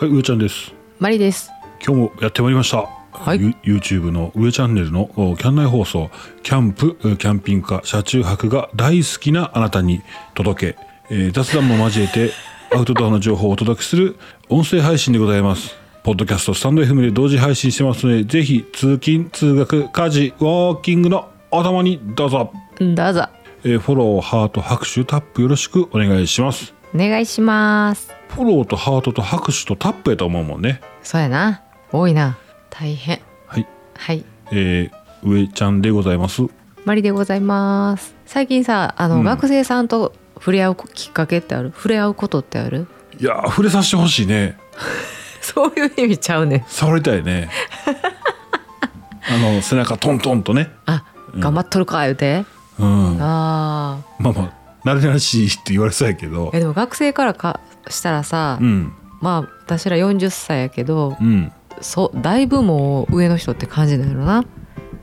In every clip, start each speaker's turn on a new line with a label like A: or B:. A: はい、上ちゃんです。
B: マリです。
A: 今日もやってまいりました。
B: い
A: ユ YouTube の上チャンネルのおキャン内放送、キャンプ、キャンピングカー、車中泊が大好きなあなたに届け、えー雑談も交えて アウトドアの情報をお届けする音声配信でございます。ポッドキャスト、スタンド FM で同時配信してますので、ぜひ通勤、通学、家事、ウォーキングのお供にどうぞ。
B: どうぞ。
A: えーフォロー、ハート、拍手、タップよろしくお願いします。
B: お願いします。
A: フォローとハートと拍手とタップやと思うもんね。
B: そうやな。多いな。大変。
A: はい。
B: はい。
A: えー、上ちゃんでございます。
B: マリでございます。最近さ、あの、学生さんと触れ合うきっかけってある触れ合うことってある
A: いやー、触れさせてほしいね。
B: そういう意味ちゃうねん。
A: 触りたいね。 あの、背中トントンとね。
B: あ、頑張っとるか言うて。
A: うん。まあ
B: ああ。
A: まあ、慣れ慣れしいって言われそうやけど
B: え。でも学生からかしたらさ、
A: うん。
B: まあ私ら40歳やけど、
A: うん。
B: そうだいぶもう上の人って感じなんやろな。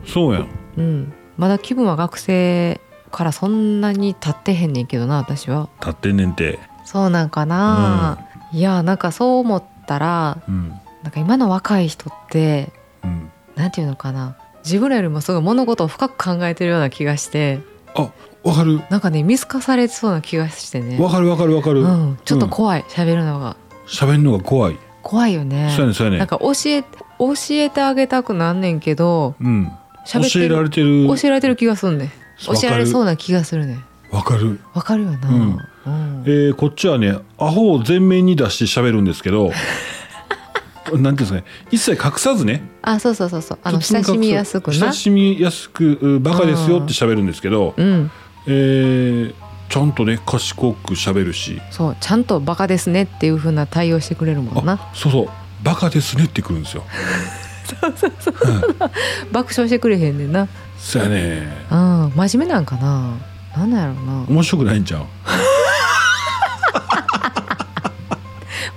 A: そうやん。
B: うん、まだ気分は学生からそんなに経ってへんねんけどな私は
A: 立ってんねんて。
B: そうなんかな、いやなんかそう思ったら
A: うん。
B: なんか今の若い人って
A: うん。
B: なんていうのかな自分らよりもすごい物事を深く考えてるような気がして
A: あ、わかる。
B: なんかね見透かされそうな気がしてね
A: わかるわかるわかる。
B: うん、ちょっと怖い喋、るのが
A: 喋、ん、るのが怖い。
B: 怖いよね
A: そうやねんそうやね
B: なん
A: ん。
B: か教え教えてあげたくなんねんけど
A: うん。
B: 喋って
A: 教えら
B: る
A: れてる。
B: 教えられてる気がすんねん教
A: わかる
B: えられそうな気がするねん
A: わかる。
B: わかるよな、
A: うん
B: うん
A: えーこっちはねアホを全面に出して喋るんですけ どなんていうんですかね一切隠さずね
B: あそうそうそうそうあの
A: 包
B: 親
A: み隠さ
B: しみやすくな
A: 親しみやすくうバカですよって喋るんですけど、
B: うん
A: えーちゃんとね賢く喋るし
B: そうちゃんとバカですねっていう風な対応してくれるもんな
A: あそうそうバカですねってくるんですよ
B: 爆笑してくれへんねんな
A: そうやね
B: うん真面目なんかななんなんやろうな
A: 面白くないんちゃう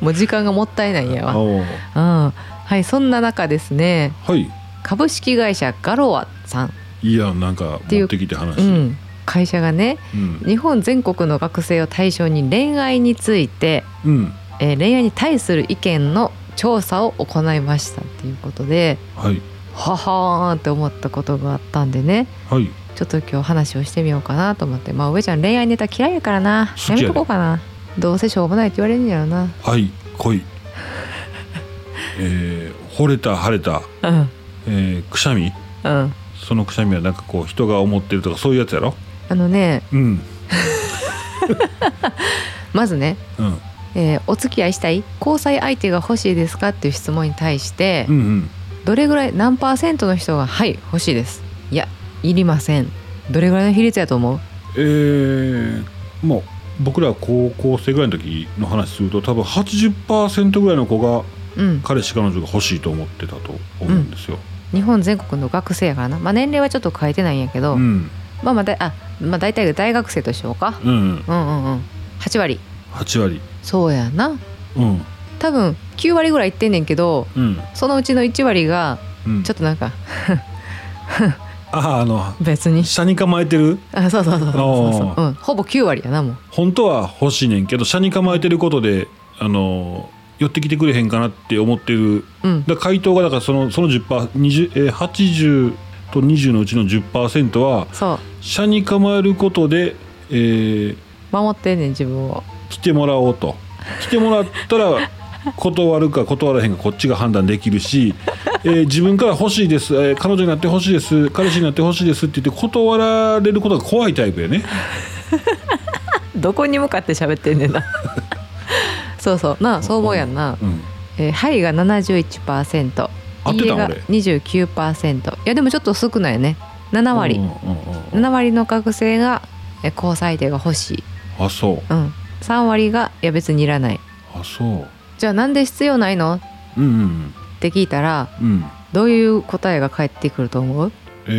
B: もう時間がもったいないんや
A: あ
B: わ
A: おう
B: うんはいそんな中ですね
A: はい
B: 株式会社ガロアさん、
A: いやなんか
B: ていう
A: 持ってきて話
B: う、ん、会社がね
A: うん
B: 日本全国の学生を対象に恋愛について、
A: うん
B: えー恋愛に対する意見の調査を行いましたっていうことで
A: はい
B: ははーんって思ったことがあったんでね
A: はい
B: ちょっと今日話をしてみようかなと思ってまあ上ちゃん恋愛ネタ嫌いやからな
A: 好き
B: や
A: やで
B: めとこうかなどうせしょうもないって言われるんやろな
A: はい 恋えー惚れた晴れた、
B: うん
A: えーくしゃみ
B: うん
A: そのくしゃみはなんかこう人が思ってるとかそういうやつやろ
B: あのね
A: うん
B: まずね、
A: うん
B: えーお付き合いしたい交際相手が欲しいですかっていう質問に対して
A: うんうん
B: どれぐらい何パーセントの人が「はい欲しいです」いやいりませんどれぐらいの比率やと思う
A: えー、まあ僕ら高校生ぐらいの時の話すると多分80%ぐらいの子が
B: うん
A: 彼氏彼女が欲しいと思ってたと思うんですよ。
B: 日本全国の学生やからなまあ年齢はちょっと書いてないんやけど、
A: うん、
B: まあまあだいあ、まあ、大体大学生としようか
A: うん、うん、
B: うんうんうん8割
A: 8割。
B: そうやな
A: うん、
B: 多分9割ぐらい言ってんねんけど
A: うん、
B: そのうちの1割が
A: うん。
B: ちょっとなんか
A: ああ、あの、
B: 別に
A: 車に構えてる
B: あそうそうそうそう
A: お
B: そう、うん、ほぼ9割やなもう
A: 本当は欲しいねんけど、車に構えてることで、あの、寄ってきてくれへんかなって思ってる。
B: うん
A: だから回答がだからその、その10パー、20、えー、80と20のうちの10%は、
B: そう
A: 車に構えることで、えー、
B: 守ってんねん自分を
A: 来てもらおうと来てもらったら断るか断らへんかこっちが判断できるし、えー自分から欲しいです、えー彼女になって欲しいです彼氏になって欲しいですって言って断られることが怖いタイプやね
B: どこに向かって喋ってんねんな そうそうなあそう思うやんな、
A: うん
B: えーはいが71%
A: 合ってたん
B: いいえが
A: 俺
B: 29%いやでもちょっと少ないね7
A: う
B: 割
A: んうんうん
B: 7割の学生がえー交際相手が欲しい、
A: あそう
B: うん、3割がいや別にいらない
A: あそう
B: じゃあなんで必要ないの
A: うん
B: って聞いたら
A: うんうん
B: どういう答えが返ってくると思う
A: え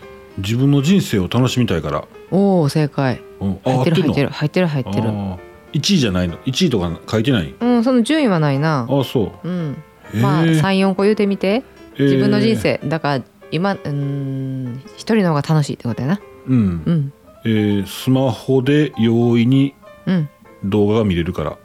A: ー自分の人生を楽しみたいから、
B: おお正解
A: うん、あ
B: 入ってる入
A: 合
B: ってる入ってる入ってる
A: あー1位じゃないの1位とか書いてない
B: うんその順位はないな
A: あそう
B: うん
A: へー
B: まあ34個言うてみて
A: えー
B: 自分の人生だから今うーん一人の方が楽しいってことやな
A: うん
B: うん
A: えースマホで容易に
B: うん
A: 動画が見れるから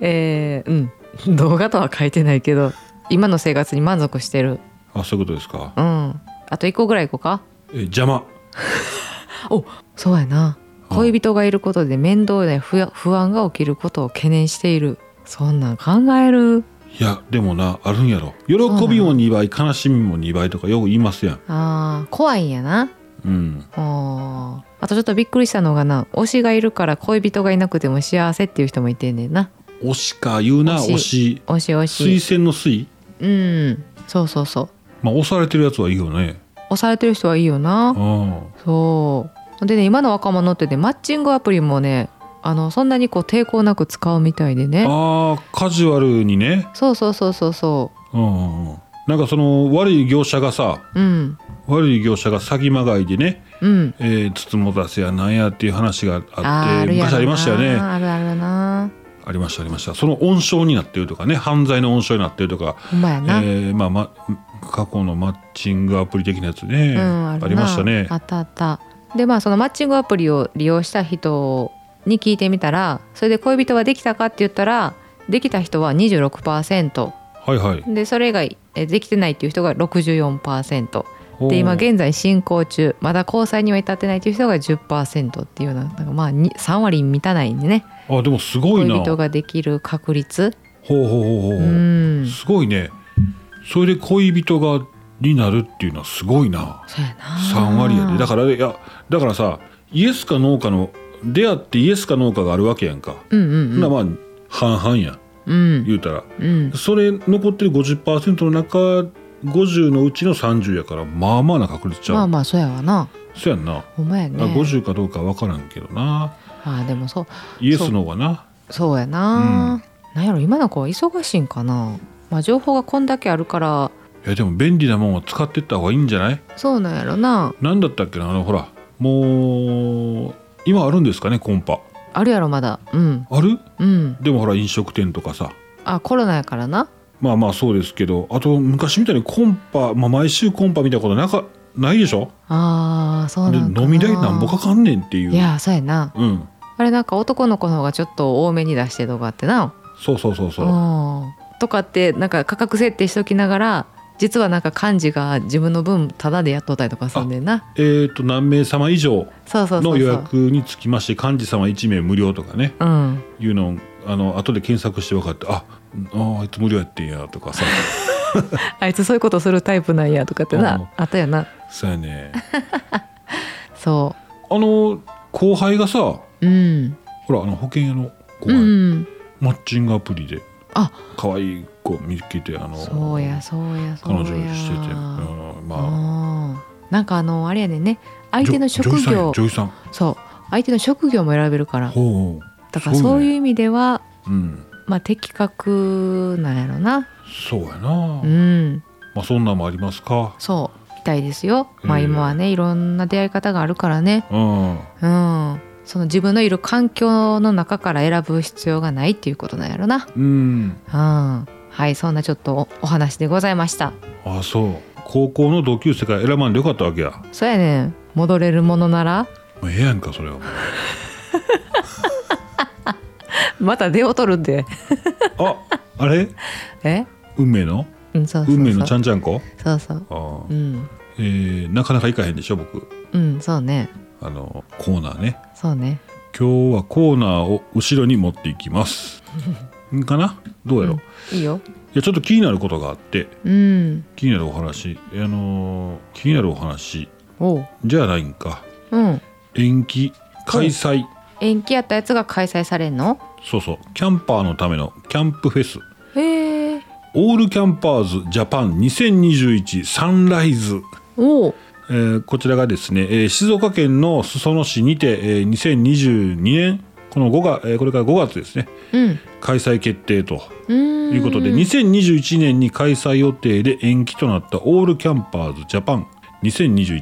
B: えー、うん 動画とは書いてないけど今の生活に満足してる
A: あそういうことですか
B: うんあと1個ぐらい行こうか
A: え邪魔
B: おそうやな
A: うん
B: 恋人がいることで面倒で不安不安が起きることを懸念しているそんなん考える
A: いやでもなあるんやろ喜
B: なの
A: びも2倍悲しみも2倍とかよく言いますやん
B: あー怖いんやな
A: うん
B: あーあとちょっとびっくりしたのがな推しがいるから恋人がいなくても幸せっていう人もいてんねんな
A: 推しか言うな推
B: 推
A: し
B: 推し推し
A: 推薦の推
B: うんそうそうそう
A: まあ押されてるやつはいいよね
B: 押されてる人はいいよ
A: あ
B: な
A: あ
B: そうでね今の若者ってねマッチングアプリもねあのそんなにこう抵抗なく使うみたいでね
A: あーカジュアルにね
B: そうそうそうそうそ
A: うんうんうんなんかその悪い業者がさ
B: ううん
A: 悪い業者が詐欺まがいでね、
B: うん
A: えー、つつもたせやなんやっていう話があ
B: あ
A: っ
B: ー
A: て
B: るやろ
A: 昔
B: な
A: ありましたよね
B: あるあるな
A: ありましたありましたその温床になってるとかね犯罪の温床になってるとか、
B: ほんまや
A: え
B: な、
A: ーまあま、過去のマッチングアプリ的なやつね、
B: うん
A: あ
B: るな
A: りましたね
B: あったあったでまあそのマッチングアプリを利用した人に聞いてみたらそれで恋人はできたかって言ったらできた人は26%
A: はいはい
B: でそれ以外えできてないっていう人が64%
A: おー
B: で今現在進行中まだ交際には至ってないっていう人が10%っていうようななんかまあに3割に満たないんでね
A: あでもすごいな
B: 恋人ができる確率
A: ほうほうほうほう、
B: うん
A: すごいねそれで恋人がになるっていうのはすごいな
B: そうやな
A: 3割やでだからいやだからさイエスかノーかの出会ってイエスかノーかがあるわけやんか、
B: うんうんうん
A: なまあ半々やん
B: うん
A: 言うたら
B: うん
A: それ残ってる50%の中50のうちの30やからまあまあな確率ちゃう、
B: まあまあそうやわな
A: そうやんな、
B: ほんまやね
A: あ50かどうか分からんけどな
B: あーでもそう
A: イエスノーはな
B: そうやな、なんやろ今の子は忙しいんかな、まあ、情報がこんだけあるから
A: いやでも便利なもんは使ってった方がいいんじゃない
B: そうなんやろな
A: なんだったっけなあのほらもう今あるんですかねコンパ
B: あるやろまだうん
A: ある
B: うん
A: でもほら飲食店とかさ
B: あコロナやからな
A: まあまあそうですけどあと昔みたいにコンパ、まあ、毎週コンパ見たことなかないでしょ
B: あーそう
A: で
B: なんかな
A: 飲み代なんぼかかんねんっていう
B: いやそうやな
A: うん
B: あれなんか男の子の方がちょっと多めに出してるとかあってな
A: そうそうそうそう、
B: うんとかってなんか価格設定しときながら実はなんか幹事が自分の分タダでやっとったりとかすんねんな
A: えー、と何名様以上
B: そうそうそうそ
A: の
B: う
A: 予約につきまして幹事様1名無料とかね
B: うん
A: いうのをあの後で検索して分かってあああいつ無料やってんやとか さ
B: あいつそういうことするタイプなんやとかって
A: うん
B: なあったよな
A: そうやね
B: そ
A: あの後輩がさ
B: ううん
A: ほらあの保険屋の後
B: う
A: 輩、
B: ん
A: マッチングアプリで
B: あ
A: 可愛い子見つけてあの
B: そうやそうやそう
A: 彼
B: や
A: 女してて、うん、まあ
B: あなんかあのあれやねんね相手の
A: じょ
B: 職業
A: 女優さんや
B: そう相手の職業も選べるから
A: 女優さんほう
B: だからそういう
A: う、
B: 意味では、
A: うん、
B: まあ的確なんやろな
A: そうやな、
B: うん
A: まあそんなんもありますか
B: そうみたいですよまあ
A: えー
B: 今はねいろんな出会い方があるからね
A: うん
B: うんその自分のいる環境の中から選ぶ必要がないっていうことなんやろな
A: うん
B: うんはいそんなちょっとおお話でございました
A: あそう高校の同級生から選ばんでよかったわけや
B: そうやねん戻れるものなら
A: もうええやんかそれ はもう
B: また出を取るんで
A: ああれ
B: え
A: 運命の
B: うんそうそうそう
A: 運命のちゃんちゃんこ
B: そうそう
A: あー
B: うん
A: えーなかなか行かへんでしょ僕
B: うんそうね
A: あのコーナーね
B: そうね
A: 今日はコーナーを後ろに持っていきます んかなどうやろう、い
B: いいよ
A: やちょっと気になることがあって
B: うん
A: 気になるお話あのー気になるお話
B: おう
A: じゃないんか
B: うん
A: 延期開催
B: 延期やったやつが開催されんの
A: そうそうキャンパーのためのキャンプフェス
B: へえ
A: オールキャンパーズジャパン2021サンライズ
B: おう
A: えーこちらがですね、えー静岡県の裾野市にて、えー2022年この5が、えーこれから5月ですね
B: うん
A: 開催決定と
B: うーん
A: いうことで2021年に開催予定で延期となったオールキャンパーズジャパン2021、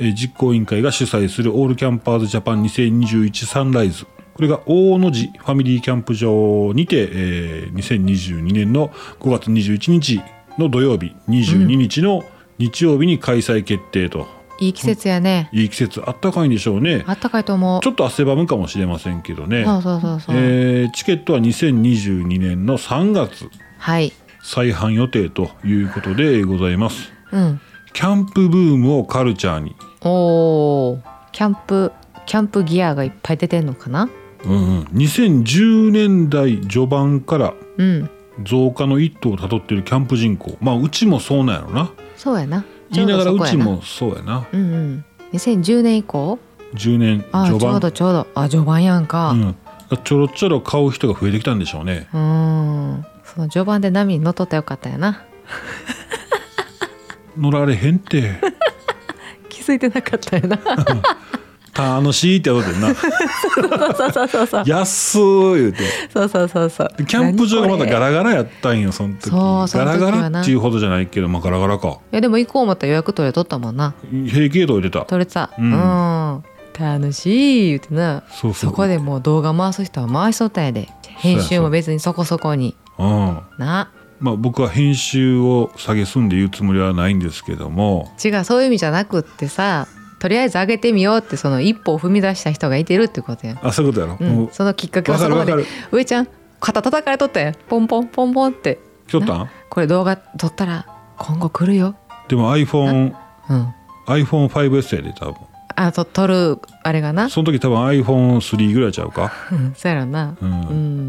A: えー実行委員会が主催するオールキャンパーズジャパン2021サンライズこれが大野寺ファミリーキャンプ場にて、えー2022年の5月21日の土曜日22日の日曜日に開催決定と
B: いい季節やね
A: いい季節あったかいんでしょうね
B: あったかいと思う
A: ちょっと汗ばむかもしれませんけどね、
B: そうそうそうそう、
A: えーチケットは2022年の3月
B: はい
A: 再販予定ということでございます
B: うん
A: キャンプブームをカルチャーに
B: おーキャンプキャンプギアがいっぱい出てんのかな
A: うんうん、2010年代序盤から
B: うん
A: 増加の一途をたどっているキャンプ人口まあうちもそうなんやろな
B: そうやな
A: 言いながら
B: ちょ
A: う
B: どそ
A: ち
B: こやな
A: もそうやな
B: うんうん2010年以降
A: 10年序
B: ああ
A: 盤
B: ちょうどちょうどあ序盤やんか
A: うん、ちょろちょろ買う人が増えてきたんでしょうね
B: うーんその序盤で波に乗っとったらよかったやな
A: 乗られへん って
B: 気づいてなかったやな
A: 楽しいってことでな
B: そうそうそうそ う
A: 安ー言うて
B: そうそうそうそう
A: でキャンプ場がまだガ
B: ラ
A: ラガラやったんよその時
B: そうその時は
A: ガ
B: な
A: ラガラっていうほどじゃないけどまあガラガラか
B: いやでも行こう思ったら予約取れとったもんな
A: 平気で取れてた
B: 取れてた
A: う
B: うんん、楽しい言うてな
A: そうそう
B: そこでもう動画回す人は回しとったんやで編集も別にそこそこに
A: うん
B: な
A: まあ、僕は編集を下げすんで言うつもりはないんですけども
B: 違うそういう意味じゃなくってさとりあえず上げてみようってその一歩を踏み出した人がいてるってことやん、
A: あそういうことやろ、
B: う
A: も
B: ん
A: う、
B: そのきっかけ
A: わ
B: は
A: か
B: そ
A: る
B: こ
A: わ
B: まで
A: かる
B: 上ちゃん肩叩かれとったやんポンポンポンポンって
A: 来とったん
B: これ動画撮ったら今後来るよ
A: でも iPhone
B: うん
A: iPhone5S やで多分
B: あと撮るあれがな
A: その時多分 iPhone3 ぐらいちゃうか、
B: うんそうやろな
A: う
B: うん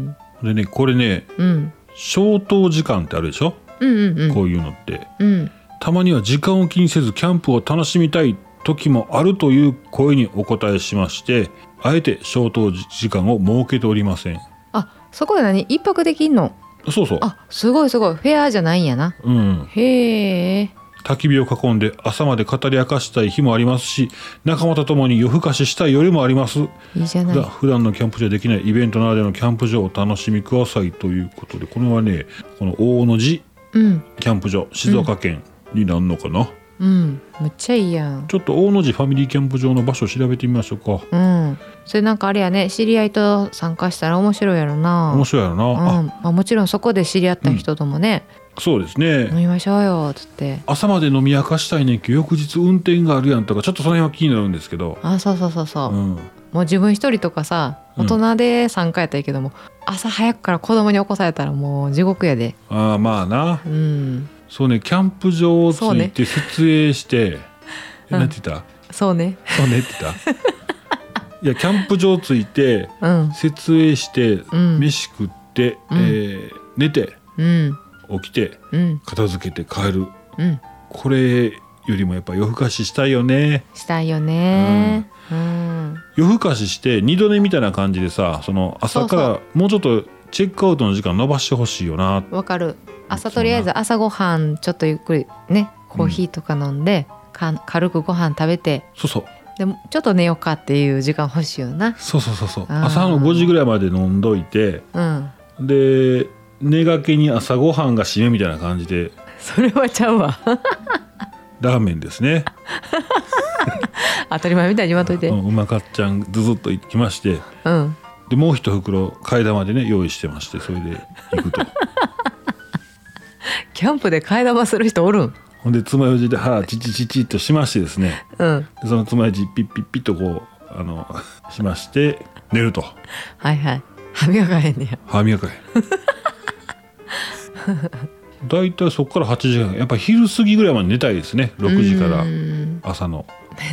B: ん
A: でねこれね
B: うん
A: 消灯時間ってあるでしょ、
B: うんうんうん
A: こういうのって
B: うん
A: たまには時間を気にせずキャンプを楽しみたい時もあるという声にお答えしましてあえて消灯時間を設けておりません
B: あそこで何一泊できんの
A: そうそう
B: あすごいすごいフェアじゃないんやな
A: うん
B: へえ
A: 焚き火を囲んで朝まで語り明かしたい日もありますし仲間と共に夜更かししたい夜もあります、
B: いいじゃ
A: 普
B: ない
A: 段普段のキャンプ場でできないイベントならではのキャンプ場をお楽しみくださいということでこれはねこの大野寺
B: うん
A: キャンプ場静岡県になるのかな、
B: うんむっちゃいいやん
A: ちょっと大野寺ファミリーキャンプ場の場所を調べてみましょうか
B: うんそれなんかあれやね知り合いと参加したら面白いやろな
A: 面白いやろな、
B: うん
A: あ
B: まあ、もちろんそこで知り合った人ともね、
A: そうですね、
B: 飲みましょうよっつって
A: 朝まで飲み明かしたいねんけど翌日運転があるやんとかちょっとその辺は気になるんですけど、
B: あそうそうそうそう、
A: うん、
B: もう自分一人とかさ
A: うん
B: 大人で参加やったらいいけども、朝早くから子供に起こされたらもう地獄やで
A: ああまあな
B: うん
A: そうねキャンプ場をつ
B: そう
A: い
B: ね
A: て設営して、え
B: うん
A: なんて言った
B: そうね
A: そうねって言ったいやキャンプ場ついて
B: うん
A: 設営して、
B: ん
A: 飯食って、
B: うん
A: えー寝て
B: うん
A: 起きて
B: うん
A: 片付けて帰る
B: うん
A: これよりもやっぱ夜更かししたいよね
B: したいよねうん、
A: 夜更かしして二度寝みたいな感じでさその朝からもうちょっとチェックアウトの時間伸ばしてほしいよな
B: わかる
A: そ
B: 朝
A: うな
B: とりあえず朝ごはんちょっとゆっくりねコーヒーとか飲んで、かん軽くご飯食べて
A: そうそう
B: でもちょっと寝ようかっていう時間欲しいよな
A: そうそうそうそう
B: あー
A: 朝の5時ぐらいまで飲んどいて
B: うん
A: で寝がけに朝ごはんが締めみたいな感じで
B: それはちゃうわ
A: ラーメンですね
B: 当たり前みたいに言わんといて
A: うんうまかっちゃんずずっと行きまして
B: うん
A: でもう一袋替え玉でね用意してましてそれで行 くと
B: キャンプで替え玉する人おるん
A: ほんで爪楊枝で歯チチチチッとしましてですね
B: うん
A: でその爪楊枝ピッピッピッとこうあのしまして寝ると
B: はいはい歯磨かへんねや
A: 歯 磨かへんだいたいそこから8時間やっぱ昼過ぎぐらいまで寝たいですね6時から
B: うん
A: 朝の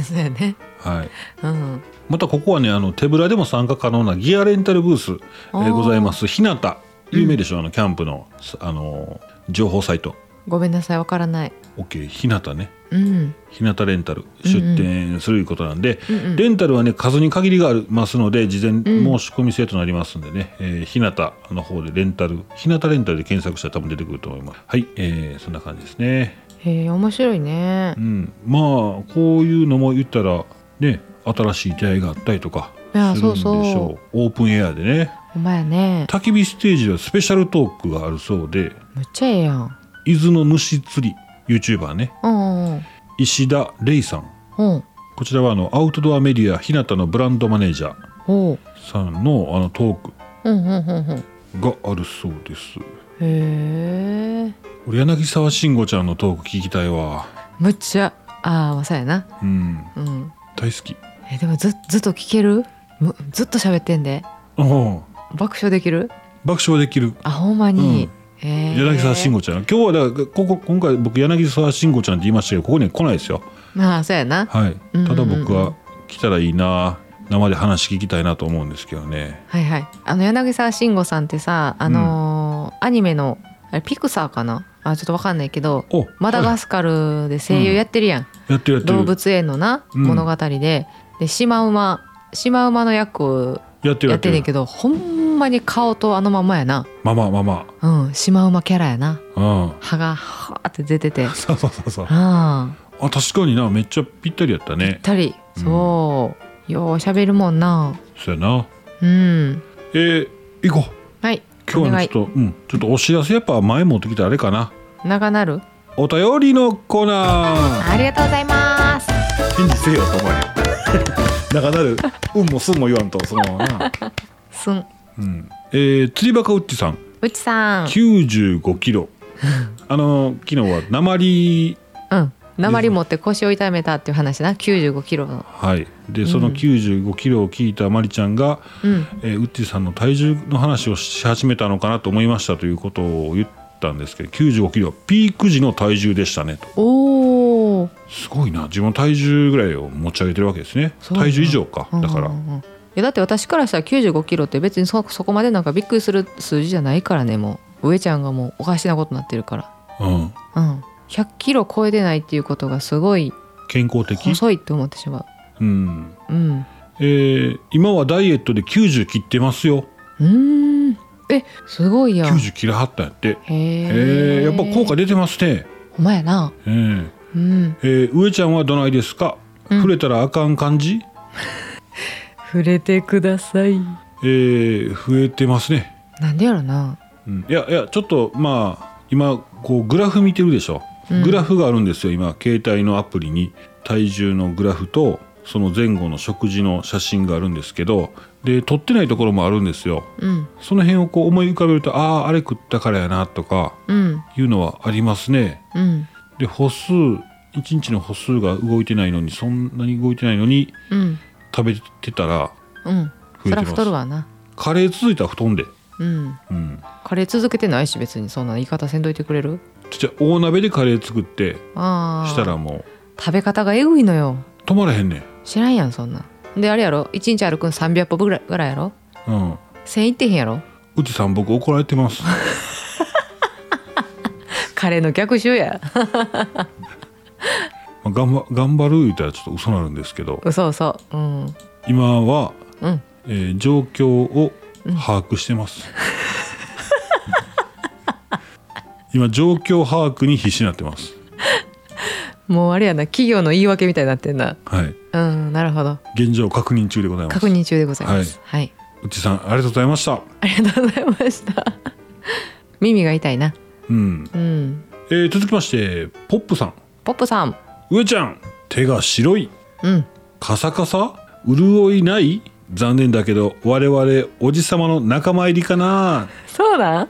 B: そうやね
A: はい
B: うん
A: またここはねあの手ぶらでも参加可能なギアレンタルブース、え
B: あ
A: ー
B: ー
A: ございますひなた有名でしょ、あのキャンプのすあのー情報サイト
B: ごめんなさいわからない
A: OK ひなたね
B: うん
A: ひなたレンタル
B: うん
A: 出店するいうことなんで、
B: うんうん
A: レンタルはね数に限りがありますので事前申し込み制となりますんでね、えーひなたの方でレンタルひなたレンタルで検索したら多分出てくると思いますはい、えーそんな感じですね
B: へえ面白いね
A: うんまあこういうのも言ったらね新しい出会いがあったりとかす
B: いや
A: るんでしょう
B: そうそ
A: オープンエアでね
B: ほんまやね
A: 焚き火ステージではスペシャルトークがあるそうで
B: むっちゃええやん
A: 伊豆の虫釣り YouTuber ね
B: うんうん
A: 石田レイさん
B: うんうん
A: こちらはあのアウトドアメディアひなたのブランドマネージャー
B: おう
A: さんのあのトーク
B: うんうんうんうん
A: があるそうです
B: へえ
A: 俺柳沢慎吾ちゃんのトーク聞きたいわ
B: むっちゃああまあそうやな
A: うん
B: うん
A: 大好き
B: えでもずずっと聞けるむずっと喋ってんで
A: ああ
B: 爆笑できる
A: 爆笑できる
B: あほんまに、えー
A: 柳沢慎吾ちゃん、今日はだからここ今回僕柳沢慎吾ちゃんって言いましたけどここには来ないですよ
B: まあそうやな
A: はい
B: うんうんうん
A: ただ僕は来たらいいな生で話聞きたいなと思うんですけどね
B: はいはいあの柳沢慎吾さんってさあのーアニメのあれピクサーかなあちょっとわかんないけど
A: お
B: マダガ
A: ス、
B: スカルで声優やってるやん、
A: はいやってるやってる
B: 動物園のな、
A: うん
B: 物語ででシマウマシマウマの役を
A: やってる
B: や
A: や
B: っ
A: ってて
B: んね
A: る
B: んけどほんまに顔とあのまんまやな
A: ママママ
B: うんシマウマキャラやな
A: うん
B: 歯がはーって出てて
A: そうそうそうそう
B: ああ
A: あ確かになめっちゃぴったりやった
B: ぴっ
A: ね
B: たりそう、ようしゃべるもんな
A: そうやな
B: うん
A: えー、行こう
B: はい
A: 今日はねちょっとうんちょっとお知らせやっぱ前持ってきたあれかな
B: 長なる
A: お便りのコーナー
B: ありがとうございます
A: 返事せよと思 え中なるうんもすんも言わんとそのままな
B: すん
A: うん えー、釣りバカウッチさん
B: うちさん
A: 95キ ロあの昨日は鉛
B: うん鉛持って腰を痛めたっていう話な95キロの
A: はいで
B: ん
A: その95キロを聞いたマリちゃんが、
B: うん
A: えーウッチさんの体重の話をし始めたのかなと思いましたということを言ったんですけど95キロはピーク時の体重でしたねと
B: おお
A: すごいな自分の体重ぐらいを持ち上げてるわけですね
B: そうだな
A: 体重以上かだから、
B: うんうんうんいやだって私からしたら95キロって別にそそこまでなんかびっくりする数字じゃないからねもう上ちゃんがもうおかしなことになってるから
A: うん、
B: うん100キロ超えてないっていうことがすごい
A: 健康的、
B: 細いって思ってしま
A: うん
B: ううん
A: えー今はダイエットで90切ってますよ
B: うーんえすごいやんへ
A: 90切らはったんやってえー
B: え
A: やっぱ効果出てますね
B: ほんまやな
A: えー
B: うん
A: えー上ちゃんはどないですか、
B: うん
A: 触れたらあかん感じ、
B: 触れてください
A: えー増えてますね、
B: なんでやろな
A: うんいやいやちょっとまあ今こうグラフ見てるでしょ、
B: うん
A: グラフがあるんですよ今携帯のアプリに体重のグラフとその前後の食事の写真があるんですけどで撮ってないところもあるんですよ
B: うん
A: その辺をこう思い浮かべるとあああれ食ったからやなとか
B: うん
A: いうのはありますね
B: うん
A: で歩数1日の歩数が動いてないのにそんなに動いてないのに
B: うん
A: 食べてたら
B: うん
A: 増え
B: そ
A: てます
B: ら太るわな
A: カレー続いたら布団で、
B: うん
A: うん、
B: カレー続けてないし別にそんな言い方せんといてくれる
A: ちっちゃい大鍋でカレー作って
B: ああ
A: したらも
B: 食べ方がえぐいのよ
A: う止まらへんねん、
B: 知らんやんそんなんであれやろ一日歩くん300歩ぐらいぐらいやろ
A: うん、
B: 1000いってへんやろ
A: うちさん僕怒られてます
B: カレーの逆襲や
A: まあ頑張頑張る言うたらちょっと嘘なるんですけど
B: 嘘嘘うん
A: 今は、
B: うん
A: えー状況を把握してます、 今状況把握に必死になってます
B: もうあれやな企業の言い訳みたいになってんな
A: はい
B: うんなるほど
A: 現状確認中でございます
B: 確認中でございますはい、
A: うちさんありがとうございました
B: ありがとうございました耳が痛いな
A: うん、
B: うん
A: えー続きましてポップさん
B: ポップさん
A: 上ちゃん手が白い
B: うん
A: カサカサ潤いない残念だけど我々おじさまの仲間入りかな
B: そうなん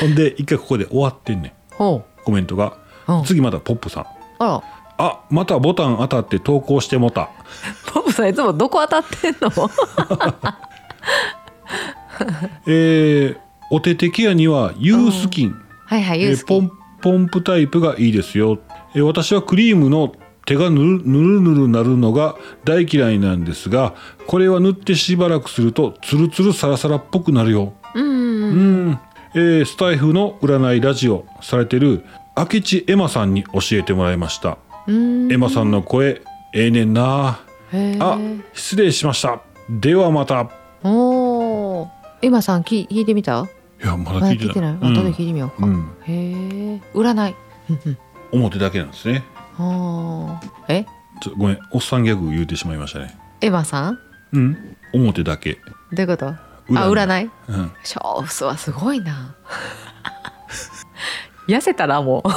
A: ほんで一回ここで終わってんね
B: ほ
A: んコメントが
B: う、うん、
A: 次またポップさん
B: あら
A: あまたボタン当たって投稿してもた
B: ポップさんいつもどこ当たってん の
A: えー、お手手ケアにはユースキン、
B: はいはい
A: えー
B: ユースキ
A: ポ
B: ン
A: ンポンプタイプがいいですよ、えー私はクリームの手がぬるぬるぬるなるのが大嫌いなんですがこれは塗ってしばらくするとツルツルサラサラっぽくなるよ
B: うんうん
A: うん、えースタイフの占いラジオされてる明智エマさんに教えてもらいました、
B: うん
A: エマさんの声ええねんな
B: へ
A: あ
B: ー
A: 失礼しましたではまた
B: おおエマさんき聞いてみた
A: いやまだ
B: まだ
A: 聞いて
B: 聞いてな
A: ないい、
B: 後で聞いてみよ
A: う
B: うか、
A: んうん
B: へえ占い
A: 表だけなんですね
B: あーえ
A: ちょごめんおっさんギャグ言うてしまいましたね
B: エマさん
A: うん表だけ
B: どういうことあ
A: 占
B: 占い
A: うん
B: ショースはすごいな 痩せたらもう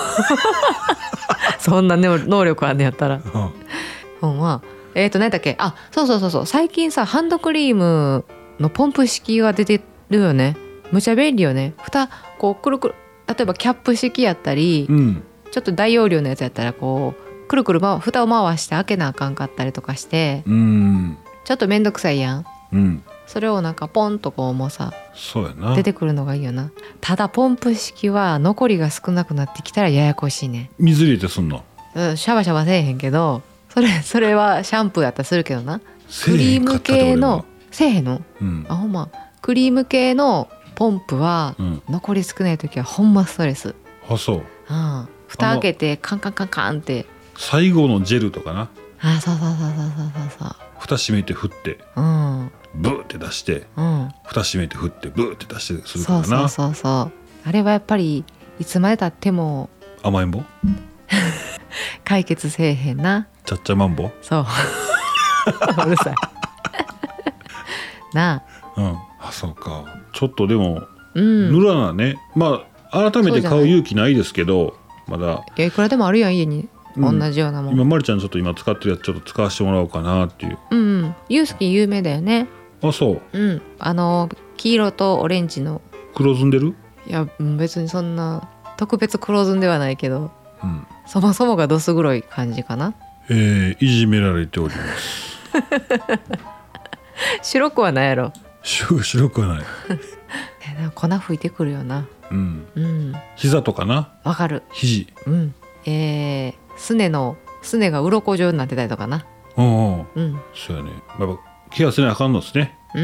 B: そんなね能力あんねやったら
A: あ
B: ほんまえっ、と何だっけあそうそうそうそう最近さハンドクリームのポンプ式が出てるよねむちゃ便利よね蓋こうくるくる例えばキャップ式やったり、
A: うん
B: ちょっと大容量のやつやったらこうくるくる、ま、蓋を回して開けなあかんかったりとかして
A: うん
B: ちょっと面倒くさいやん
A: うん
B: それをなんかポンとこうもうさ
A: そうやな
B: 出てくるのがいいよなただポンプ式は残りが少なくなってきたらややこしいね
A: 水入れてすんの
B: うんシャバシャバせえへんけどそれそれはシャンプーやったらするけどな
A: ク
B: クリーム系のせえへんの
A: うん
B: あほんまクリーム系のポンプは
A: うん
B: 残り少ない時はほんまストレス
A: あそう
B: うん蓋開けてカンカンカンカンって
A: 最後のジェルとかな
B: あそうそうそうそうそうそう
A: 蓋閉めて振って
B: そううん
A: ブーって出して
B: うん
A: 蓋閉めて振ってブーって出してするか
B: そ
A: ら
B: う
A: な
B: そうそうそうあれはやっぱりいつまでたっても
A: 甘えん坊
B: 解決せえへんな
A: ちゃっちゃまんぼ
B: そう うるさいなあ
A: うんあそうかちょっとでも
B: うん
A: ぬ
B: い
A: らなねまあ改めて買う勇気ないですけどまだ
B: やいくらでもあるやん家に同
A: うん
B: じようなもん、
A: 今まりちゃんちょっと今使ってるやつちょっと使わせてもらおうかなっていう
B: うんうんユースキー有名だよね
A: あそう
B: うんあの黄色とオレンジの
A: 黒ずんでる
B: いやうん別にそんな特別黒ずんではないけど
A: うん
B: そもそもがどす黒い感じかな
A: えーいじめられております
B: 白くはないやろ
A: 白白くはない
B: いやでも粉吹いてくるよな
A: うん
B: うん
A: 膝とかな
B: わかる
A: 肘
B: うんえー、すねのすねが鱗状になってたりとかな
A: うんうん
B: うん
A: そうやねやっぱケアせなあかんのですね、
B: う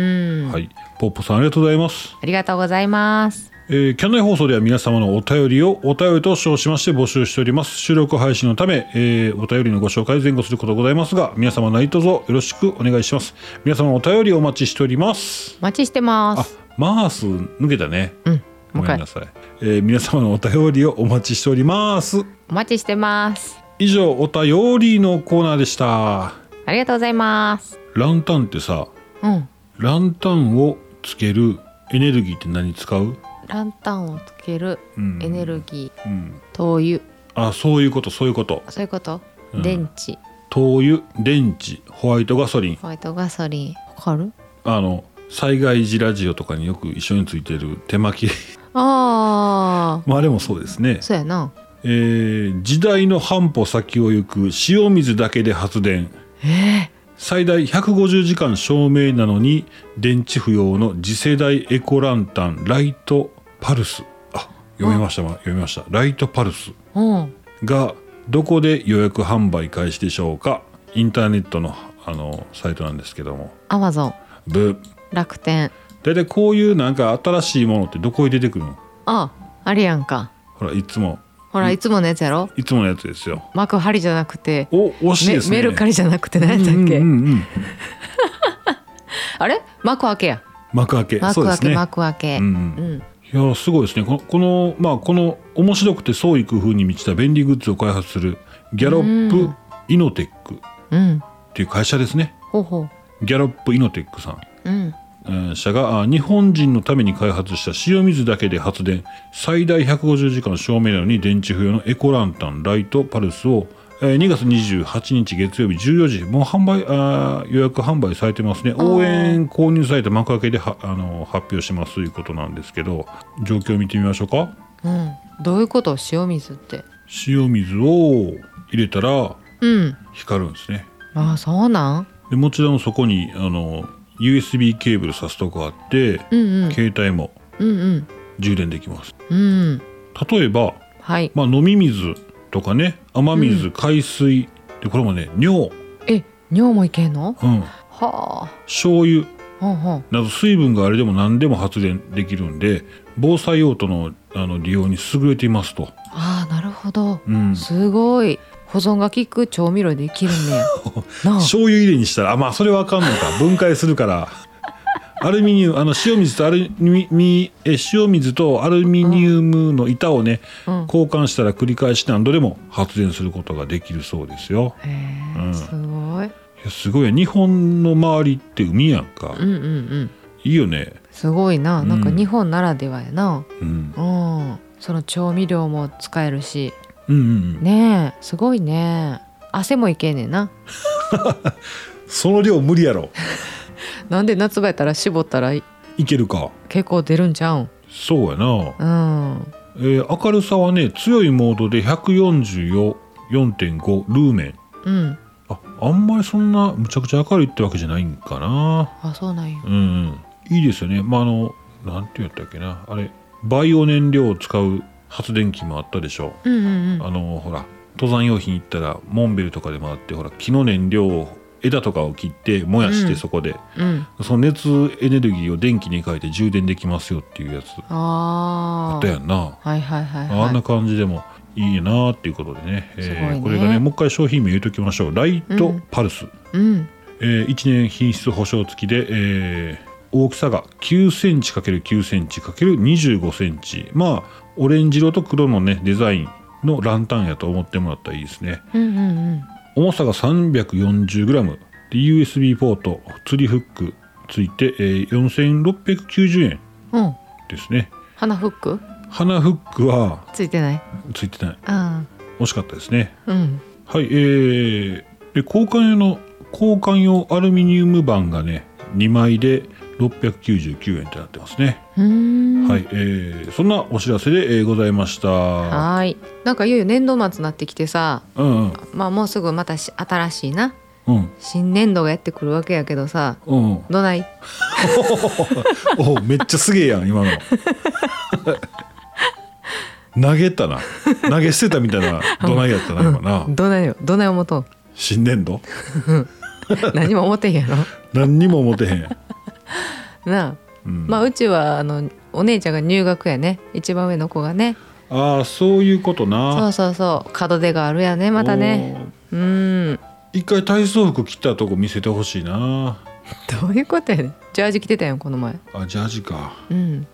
B: ん、
A: はいポッポさんありがとうございます
B: ありがとうございます
A: えー、キャンナイ放送では皆様のお便りをお便りと称しまして募集しております。収録配信のため、えーお便りのご紹介を前後することございますが、皆様何卒よろしくお願いします。皆様お便りお待ちしております。
B: お待ちしてま
A: あ
B: す、
A: マース抜けたね。
B: うん
A: ごめ
B: もう一
A: ん
B: 回
A: なさい。えー皆様のお便りをお待ちしております。
B: お待ちしてます
A: 以上、お便りのコーナーでした。
B: ありがとうございます
A: ランタンってさ、
B: うん
A: ランタンをつけるエネルギーって何使う
B: ランタンをつける
A: うん
B: エネルギー、
A: うん。
B: 灯油
A: あ、そういうこと、そういうこと。
B: そういうこと、
A: うん
B: 電池
A: 灯油電池ホワイトガソリン
B: ホワイトガソリンわかる
A: あの災害時ラジオとかによく一緒についてる手巻き
B: あ
A: まああれもそうですね
B: ー、そうやな
A: えー時代の半歩先を行く塩水だけで発電
B: え
A: 最大150時間照明なのに電池不要の次世代エコランタンライトパルスあ読みました、読みましたライトパルス
B: ー、うん
A: がどこで予約販売開始でしょうかインターネットのあのサイトなんですけども
B: アマゾン
A: ブー
B: 楽天
A: 大体こういうなんか新しいものってどこに出てくるの
B: ああれやんか
A: ほらいつも
B: ほらいつものやつやろ
A: いつものやつですよ
B: 幕張じゃなくて
A: お惜しいですね
B: メメルカリじゃなくて何やったっけ、
A: うんうんうん
B: あれ幕開けや
A: 幕開けそ
B: 幕
A: うで
B: 開
A: す
B: け、
A: ね
B: 幕開け、
A: うん
B: う
A: うん
B: ん
A: いやすごいですねこのこのまあこの面白くて創意工夫に満ちた便利グッズを開発するギャロッ
B: う
A: プ
B: ん
A: イノテックっ
B: うん
A: ていう会社ですね
B: ほうほう
A: ギャロップイノテックさん
B: うん
A: えー社があ日本人のために開発した塩水だけで発電最大150時間照明なのに電池不要のエコランタンライトパルスを、えー2月28日月曜日14時もう販売あー予約販売されてますね
B: ー
A: 応援購入サイト幕開けではあの発表しますということなんですけど状況を見てみましょうか
B: うんどういうこと塩水って
A: 塩水を入れたら
B: うん
A: 光るんですね
B: あそうなん
A: でもちろんそこにあの USB ケーブル挿すとこあって、
B: うんうん
A: 携帯も
B: うん
A: 充電できます
B: うんうん
A: 例えば、
B: はい
A: まあ、飲み水とかね雨水、海水でこれもね尿、
B: え尿もいけんの
A: うん、
B: はあ
A: 醤油
B: ほうほう
A: など水分があれでも何でも発電できるんで防災用途のあの利用に優れていますと、
B: あーなるほど
A: うん、
B: すごい保存が効く調味料できるね やなあ
A: 醤油入れにしたらあまあそれわかんのか 分解するからアルミニウムあの塩水とアルミえ塩水とアルミニウムの板をね、
B: うん
A: 交換したら繰り返し何度でも発電することができるそうですよ。
B: へえ
A: うん
B: すごい
A: いやすごいよ日本の周りって海やんか、
B: うんうんうん
A: いいよね
B: すごいななんか
A: うん
B: 日本ならではやな
A: うん、
B: うん、その調味料も使えるし
A: うんうん
B: ねえすごいね汗もいけんねんな
A: その量無理やろ
B: なんで夏場やったら絞ったら
A: いけるか
B: 結構出るんちゃうん
A: そうやな、
B: うん
A: えー明るさはね強いモードで144 4.5ルーメン
B: うん
A: ああんまりそんなむちゃくちゃ明るいってわけじゃないんかな
B: あそうなんや
A: うんうんいいですよねまああのなんて言ったっけなあれバイオ燃料を使う発電機もあったでしょ
B: うんうんうん
A: あのほら登山用品行ったらモンベルとかでもあってほら木の燃料を枝とかを切って燃やし
B: う
A: て
B: ん
A: そこで、
B: うん
A: その熱エネルギーを電気に変えて充電できますよっていうやつあっ
B: あ
A: た
B: あ
A: やんな
B: はいはいはいはい
A: あんな感じでもいいなっていうことでね,、
B: すごい
A: え
B: ね
A: ーこれがねもう一回商品名言うときましょうライトパルス、
B: うん
A: え1年品質保証付きで、えー大きさが9センチ ×9 センチ ×25 センチまあオレンジ色と黒のねデザインのランタンやと思ってもらったらいいですね
B: うんうんうん
A: 重さが 340g で USB ポート釣りフックついて、えー4690円
B: うん
A: ですね
B: 鼻フック
A: 花フックは
B: ついてない
A: ついてない
B: あ
A: 惜しかったですね
B: あうん
A: はい、えーで交換用の交換用アルミニウム板がね2枚で699円ってなってますね、
B: うーん
A: はい、えーそんなお知らせで、えーございました
B: はーいなんかいよいよ年度末になってきてさ
A: うんうん
B: まあもうすぐまたし新しいな
A: うん
B: 新年度がやってくるわけやけどさ
A: うんうん
B: どない
A: おうめっちゃすげえやん今の 投げたな投げ捨てたみたいなどないやったな今な
B: どないよどない思 うとん
A: 新年度
B: 何も思ってへんやろ
A: 何にも思てへん、
B: なあ
A: うん、
B: まあうちはあのお姉ちゃんが入学やね一番上の子がね
A: ああそういうこと
B: そ
A: な
B: うそうそう門出があるやねまたね
A: おー
B: うん
A: 一回体操服着たとこ見せてほしいな
B: どういうことやねんジャージ着てたやんこの前
A: あジャージか
B: うん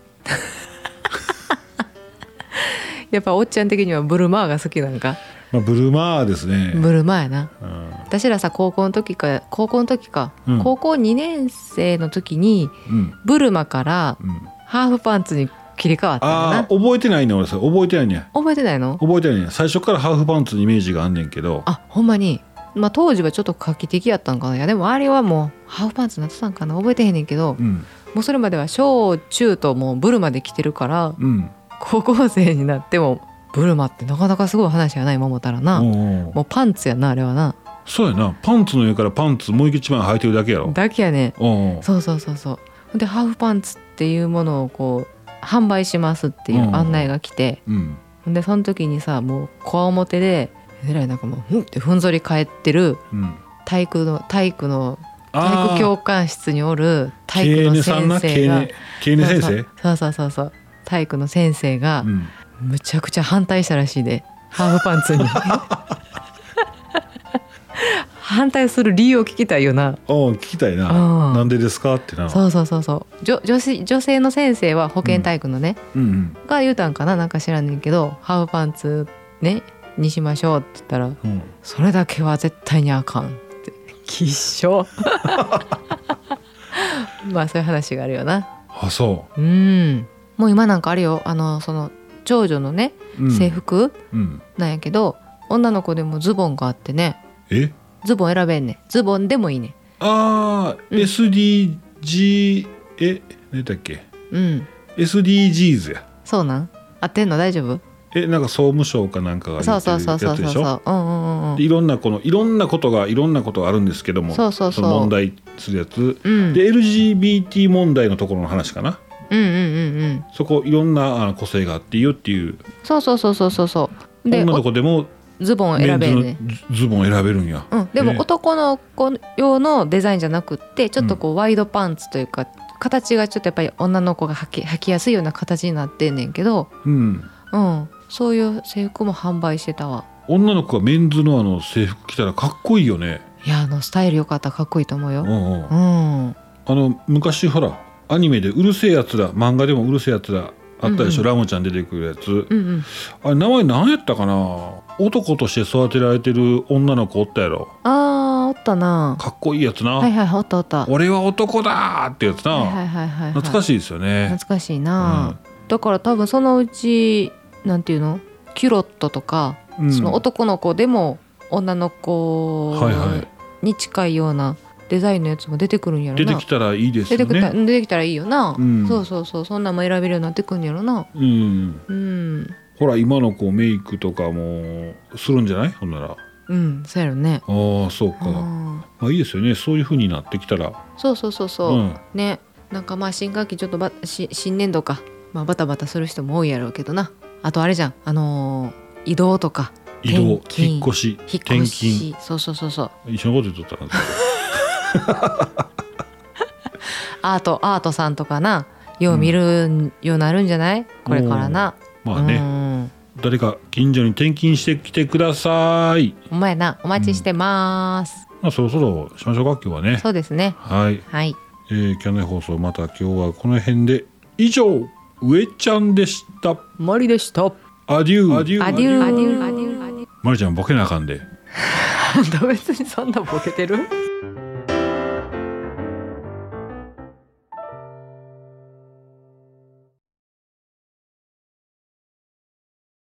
B: やっぱおっちゃん的にはブルマーが好きなんか
A: まあ、ブルマーですね、
B: ブルマーやな
A: うん
B: 私らさ高校の時か高校の時か、
A: うん
B: 高校2年生の時に
A: うん
B: ブルマから
A: うん、
B: ハーフパンツに切り替わったんだ
A: ああ
B: な
A: 覚えてないね俺それ覚えてないね
B: 覚えてないの
A: 覚えてないね最初からハーフパンツのイメージがあんねんけど
B: あほんまに、まあ、当時はちょっと画期的やったんかないやでもあれはもうハーフパンツになってたんかな覚えてへんねんけど、
A: うん
B: もうそれまでは小中ともうブルマで来てるから
A: うん
B: 高校生になってもブルマってなかなかすごい話やない今思ったらな、
A: おうおう
B: もうパンツやなあれはな
A: そうやなパンツの上からパンツもう一枚履いてるだけやろ
B: だけやね
A: おうおう
B: そうそうそうそうほんでハーフパンツっていうものをこう販売しますっていう案内が来て、
A: うん
B: ほんでその時にさもうこわもてでえらいなんかもうふんってふんぞり返ってる
A: うん
B: 体育の体育の体
A: あ
B: 育
A: ー
B: 教官室におる体
A: ケ
B: 育
A: ーネ
B: の
A: さんな
B: 先
A: ケ
B: 生
A: ー
B: が
A: ネケーネ先生
B: そうそうそうそう体育の先生が
A: うん
B: むちゃくちゃ反対したらしいでハーフパンツに 反対する理由を聞きたいよな
A: おう聞きたいな
B: うん
A: なんでですかってな
B: そうそうそうそう女女子女性の先生は保健体育のね、
A: うん
B: が言うたんかななんか知らんねんけどハーフパンツねにしましょうって言ったら
A: うんうん
B: それだけは絶対にあかんってきっしょ まあそういう話があるよな
A: あそ
B: うんもう今なんかあるよあのその長女のね
A: う、うん、
B: 制服
A: うん
B: なんやけど、女の子でもズボンがあってね
A: え
B: ズボン選べんねんズボンでもいいね
A: ああ、
B: うん
A: SDG え何だっけ
B: んうん
A: SDGs や
B: そうなん合ってんの大丈夫
A: えなんか総務省かなんかが言
B: そう
A: って
B: そう
A: る
B: そう
A: や
B: そ
A: つ
B: うそ
A: で
B: う
A: し
B: そ
A: ょ
B: ううんうんうん
A: でいろんなこのいろんなことがいろんなことがあるんですけども
B: そうそうそう
A: の問題するやつ、
B: うん
A: で LGBT 問題のところの話かな
B: うんうんうんうん
A: そこいろんなあ個性があっていいよっていう
B: そうそうそうそうそうそうで
A: 女の子でも
B: おズボン
A: メ
B: 選
A: ン
B: べ
A: ズ
B: ん
A: の
B: ねん
A: ズズボン選べるんや、
B: うん、で
A: え
B: も
A: え
B: 男の子用のデザインじゃなくってちょっとこうワイドパンツというか、形がちょっとやっぱり女の子が履き履きやすいような形になってんねんけど、
A: うん、
B: うん、そういう制服も販売してたわ
A: 女の子がメンズのあの制服着たらかっこいいよね
B: いやあのスタイル良かったらかっこいいと思う
A: う
B: よ、
A: んうん
B: うん、
A: あの昔ほらアニメで「うるせえやつら」漫画でも「うるせえやつら」あったでしょ、
B: うん
A: ラムちゃん出てくるやつ、
B: うんうん
A: あれ名前何やったかな男として育てられてる女の子おったやろ
B: あーおったな
A: かっこいいやつな、
B: はいはいおったおったはい
A: 俺は男だーってやつな、
B: はいはいはい、はい、
A: 懐か
B: い
A: しいですよね、
B: 懐かしいな、だから多分そのうちなんていうのキュロットとか、
A: うん
B: その男の子でも女の子
A: はいはい
B: に近いようなデザインのやつも出てくるんやろ
A: 出
B: な
A: てきたらいいです
B: 出
A: よ
B: てくた
A: ね
B: 出てきたらいいよな、
A: うん
B: そうそうそうそんなんも選べるようになってくるんやろな
A: うん
B: うん
A: ほら今の子メイクとかもするんじゃないほんならあ
B: うんそうやろね
A: あそうか
B: うん
A: まあいいですよねそういう風になってきたら
B: そうそうそうそう、
A: うん
B: ねなんかまあ新学期ちょっとばし新年度か、まあ、バタバタする人も多いやろうけどなあとあれじゃんあのー移動とか
A: 移動
B: 転勤
A: 引っ越し
B: 引っ
A: 転
B: 越
A: 勤
B: しそうそうそうそう
A: 一緒のこと言っとったん です
B: アートアートさんとかなよう見るんようなるんじゃないこれからな
A: けどまあね
B: うん
A: 誰か近所に転勤してきてください
B: お前なお待ちしてます、
A: まあそろそろしましょうか今日はね
B: そうですね
A: はい
B: はい
A: えー、キャンナイ放送また今日はこの辺で以上上ちゃんでした
B: 森でしたア
A: アデューアデュ
B: デューアデューアデューアデュ
A: マリちゃんボケなあかんで
B: ー別にそんなボケてる